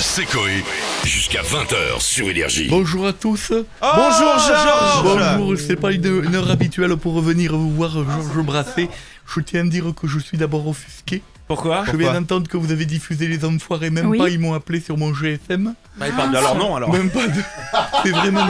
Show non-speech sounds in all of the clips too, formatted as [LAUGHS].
C'est Coé. Jusqu'à 20h sur Énergie. Bonjour à tous. Bonjour Oh, Georges Bonjour, c'est pas une, une heure habituelle pour revenir vous voir, Georges Brassé. Je tiens à dire que je suis d'abord offusqué. Pourquoi Je viens d'entendre que vous avez diffusé les enfoirés, même Oui. pas, ils m'ont appelé sur mon GSM. Bah, il Ah, parle de leur nom alors. Même pas de... [LAUGHS] C'est vraiment...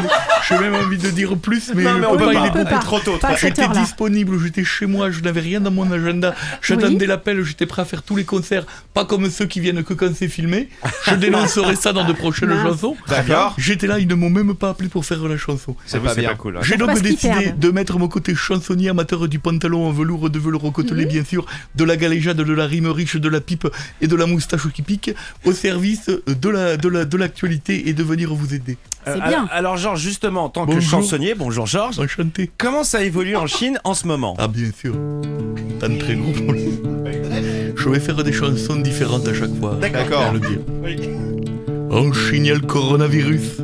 J'ai même envie de dire plus, mais, Non, mais on le peut papa, pas. il est beaucoup pas. trop tôt. Pas à cette J'étais heure-là. disponible, j'étais chez moi, je n'avais rien dans mon agenda. J'attendais l'appel, j'étais prêt à faire tous les concerts, pas comme ceux qui viennent que quand c'est filmé. [LAUGHS] Je dénoncerai ça dans de prochaines Mince. chansons. D'accord. J'étais là, ils ne m'ont même pas appelé pour faire la chanson. C'est pas bien. cool. J'ai donc Parce qu'ils décidé perdent. de mettre mon côté chansonnier amateur du pantalon en velours de velours au Mhm. côtelet, bien sûr, de la galéjade, de la rime riche, de la pipe et de la moustache qui pique, au service de la de la de l'actualité et de venir vous aider. C'est bien. Euh, Alors Georges, justement, en tant que Bonjour. chansonnier, bonjour Georges, Enchanté. comment ça évolue en Chine en ce moment Ah bien sûr. T'as un très gros problème. Je vais faire des chansons différentes à chaque fois. D'accord. bien le dire. On chigne le coronavirus.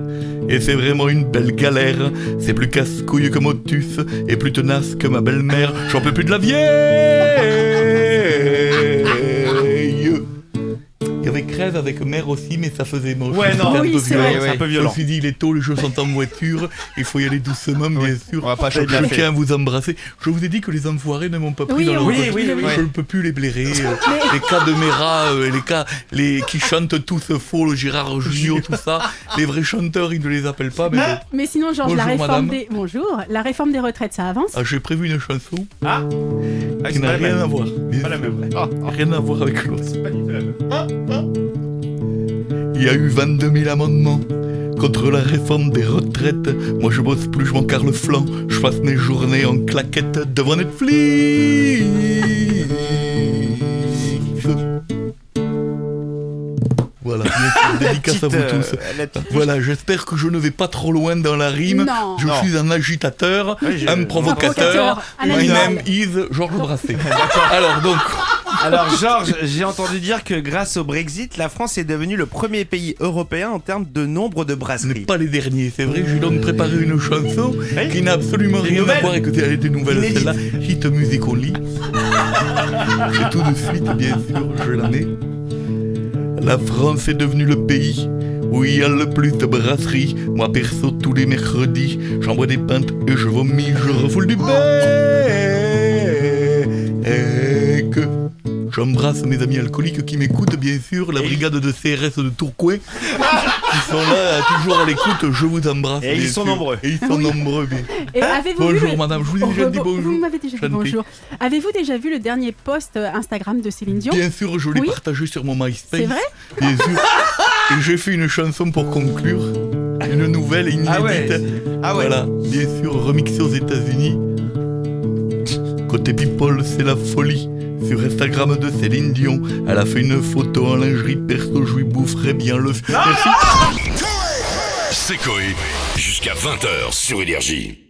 Et c'est vraiment une belle galère. C'est plus casse-couille que Motus. Et plus tenace que ma belle-mère. J'en peux plus de la vieille. Il y avait crève avec mère aussi, mais ça faisait moche. Ouais, non. C'était un Oui, peu c'est violent. vrai. C'est un peu Je me violent. suis dit, il est tôt, les jeux sont en voiture, il faut y aller doucement, bien sûr. On va pas choper la Je fête. tiens à vous embrasser. Je vous ai dit que les enfoirés ne m'ont pas pris Oui, dans leur oui, côté. oui, oui, Je oui. ne peux plus les blairer. euh, les cas de Mera, euh, les cas les, qui chantent tous faux, le Gérard Jugnot, tout [LAUGHS] ça. Les vrais chanteurs, ils ne les appellent pas. Mais bon. Mais sinon, Georges, la Bonjour, réforme madame. des bonjour, la réforme des retraites, ça avance. Ah, J'ai prévu une chanson Ah, Ah, qui c'est pas n'a la rien même. à voir. bien Pas la sûr. même. Ah, Rien à voir avec l'autre. Ah, Il y a eu 22 000 amendements contre la réforme des retraites. Moi je bosse plus, je m'encarre le flanc. Je passe mes journées en claquette devant Netflix. Voilà, [LAUGHS] bien sûr, dédicace à vous Petite, tous. euh, la petite- Voilà, j'espère que je ne vais pas trop loin dans la rime. Non. Je Non. suis un agitateur, Oui, je- un provocateur. Provocateur, un My animal. name is Georges [LAUGHS] Brassé. Alors donc, Alors Georges, j'ai entendu dire que grâce au Brexit, la France est devenue le premier pays européen en termes de nombre de ce n'est brasseries. pas les derniers, c'est vrai. J'ai donc préparé une chanson Oui. qui n'a absolument Des rien à nouvelles. voir avec elle était nouvelle Inédite. celle-là. Hit music only. [LAUGHS] C'est tout de suite, bien sûr, je la mets. La France est devenue le pays où il y a le plus de brasseries. Moi perso, tous les mercredis, j'en bois des pintes et je vomis, je refoule du bec. J'embrasse mes amis alcooliques qui m'écoutent, bien sûr, la brigade de CRS de Tourcoing, qui sont là, toujours à l'écoute, je vous embrasse. Et ils bien sont sûr. nombreux. Et ils sont Oui. nombreux, bien Et avez-vous vu Bonjour le- Oh, madame, je vous ai déjà dit Vous- vous- Vous bonjour. m'avez déjà dit Chante. bonjour. Avez-vous déjà vu le dernier post euh, Instagram de Céline Dion Bien sûr, je l'ai Oui. partagé sur mon MySpace. C'est vrai Bien sûr. Et j'ai fait une chanson pour conclure. Une nouvelle et inédite. Ah ouais. Ah ouais. Voilà, bien sûr, remixée aux États-Unis. Côté people, c'est la folie. Sur Instagram de Céline Dion, elle a fait une photo en lingerie perso, je lui boufferais bien Ah le. Merci. C'est Coé. Jusqu'à 20h sur Énergie.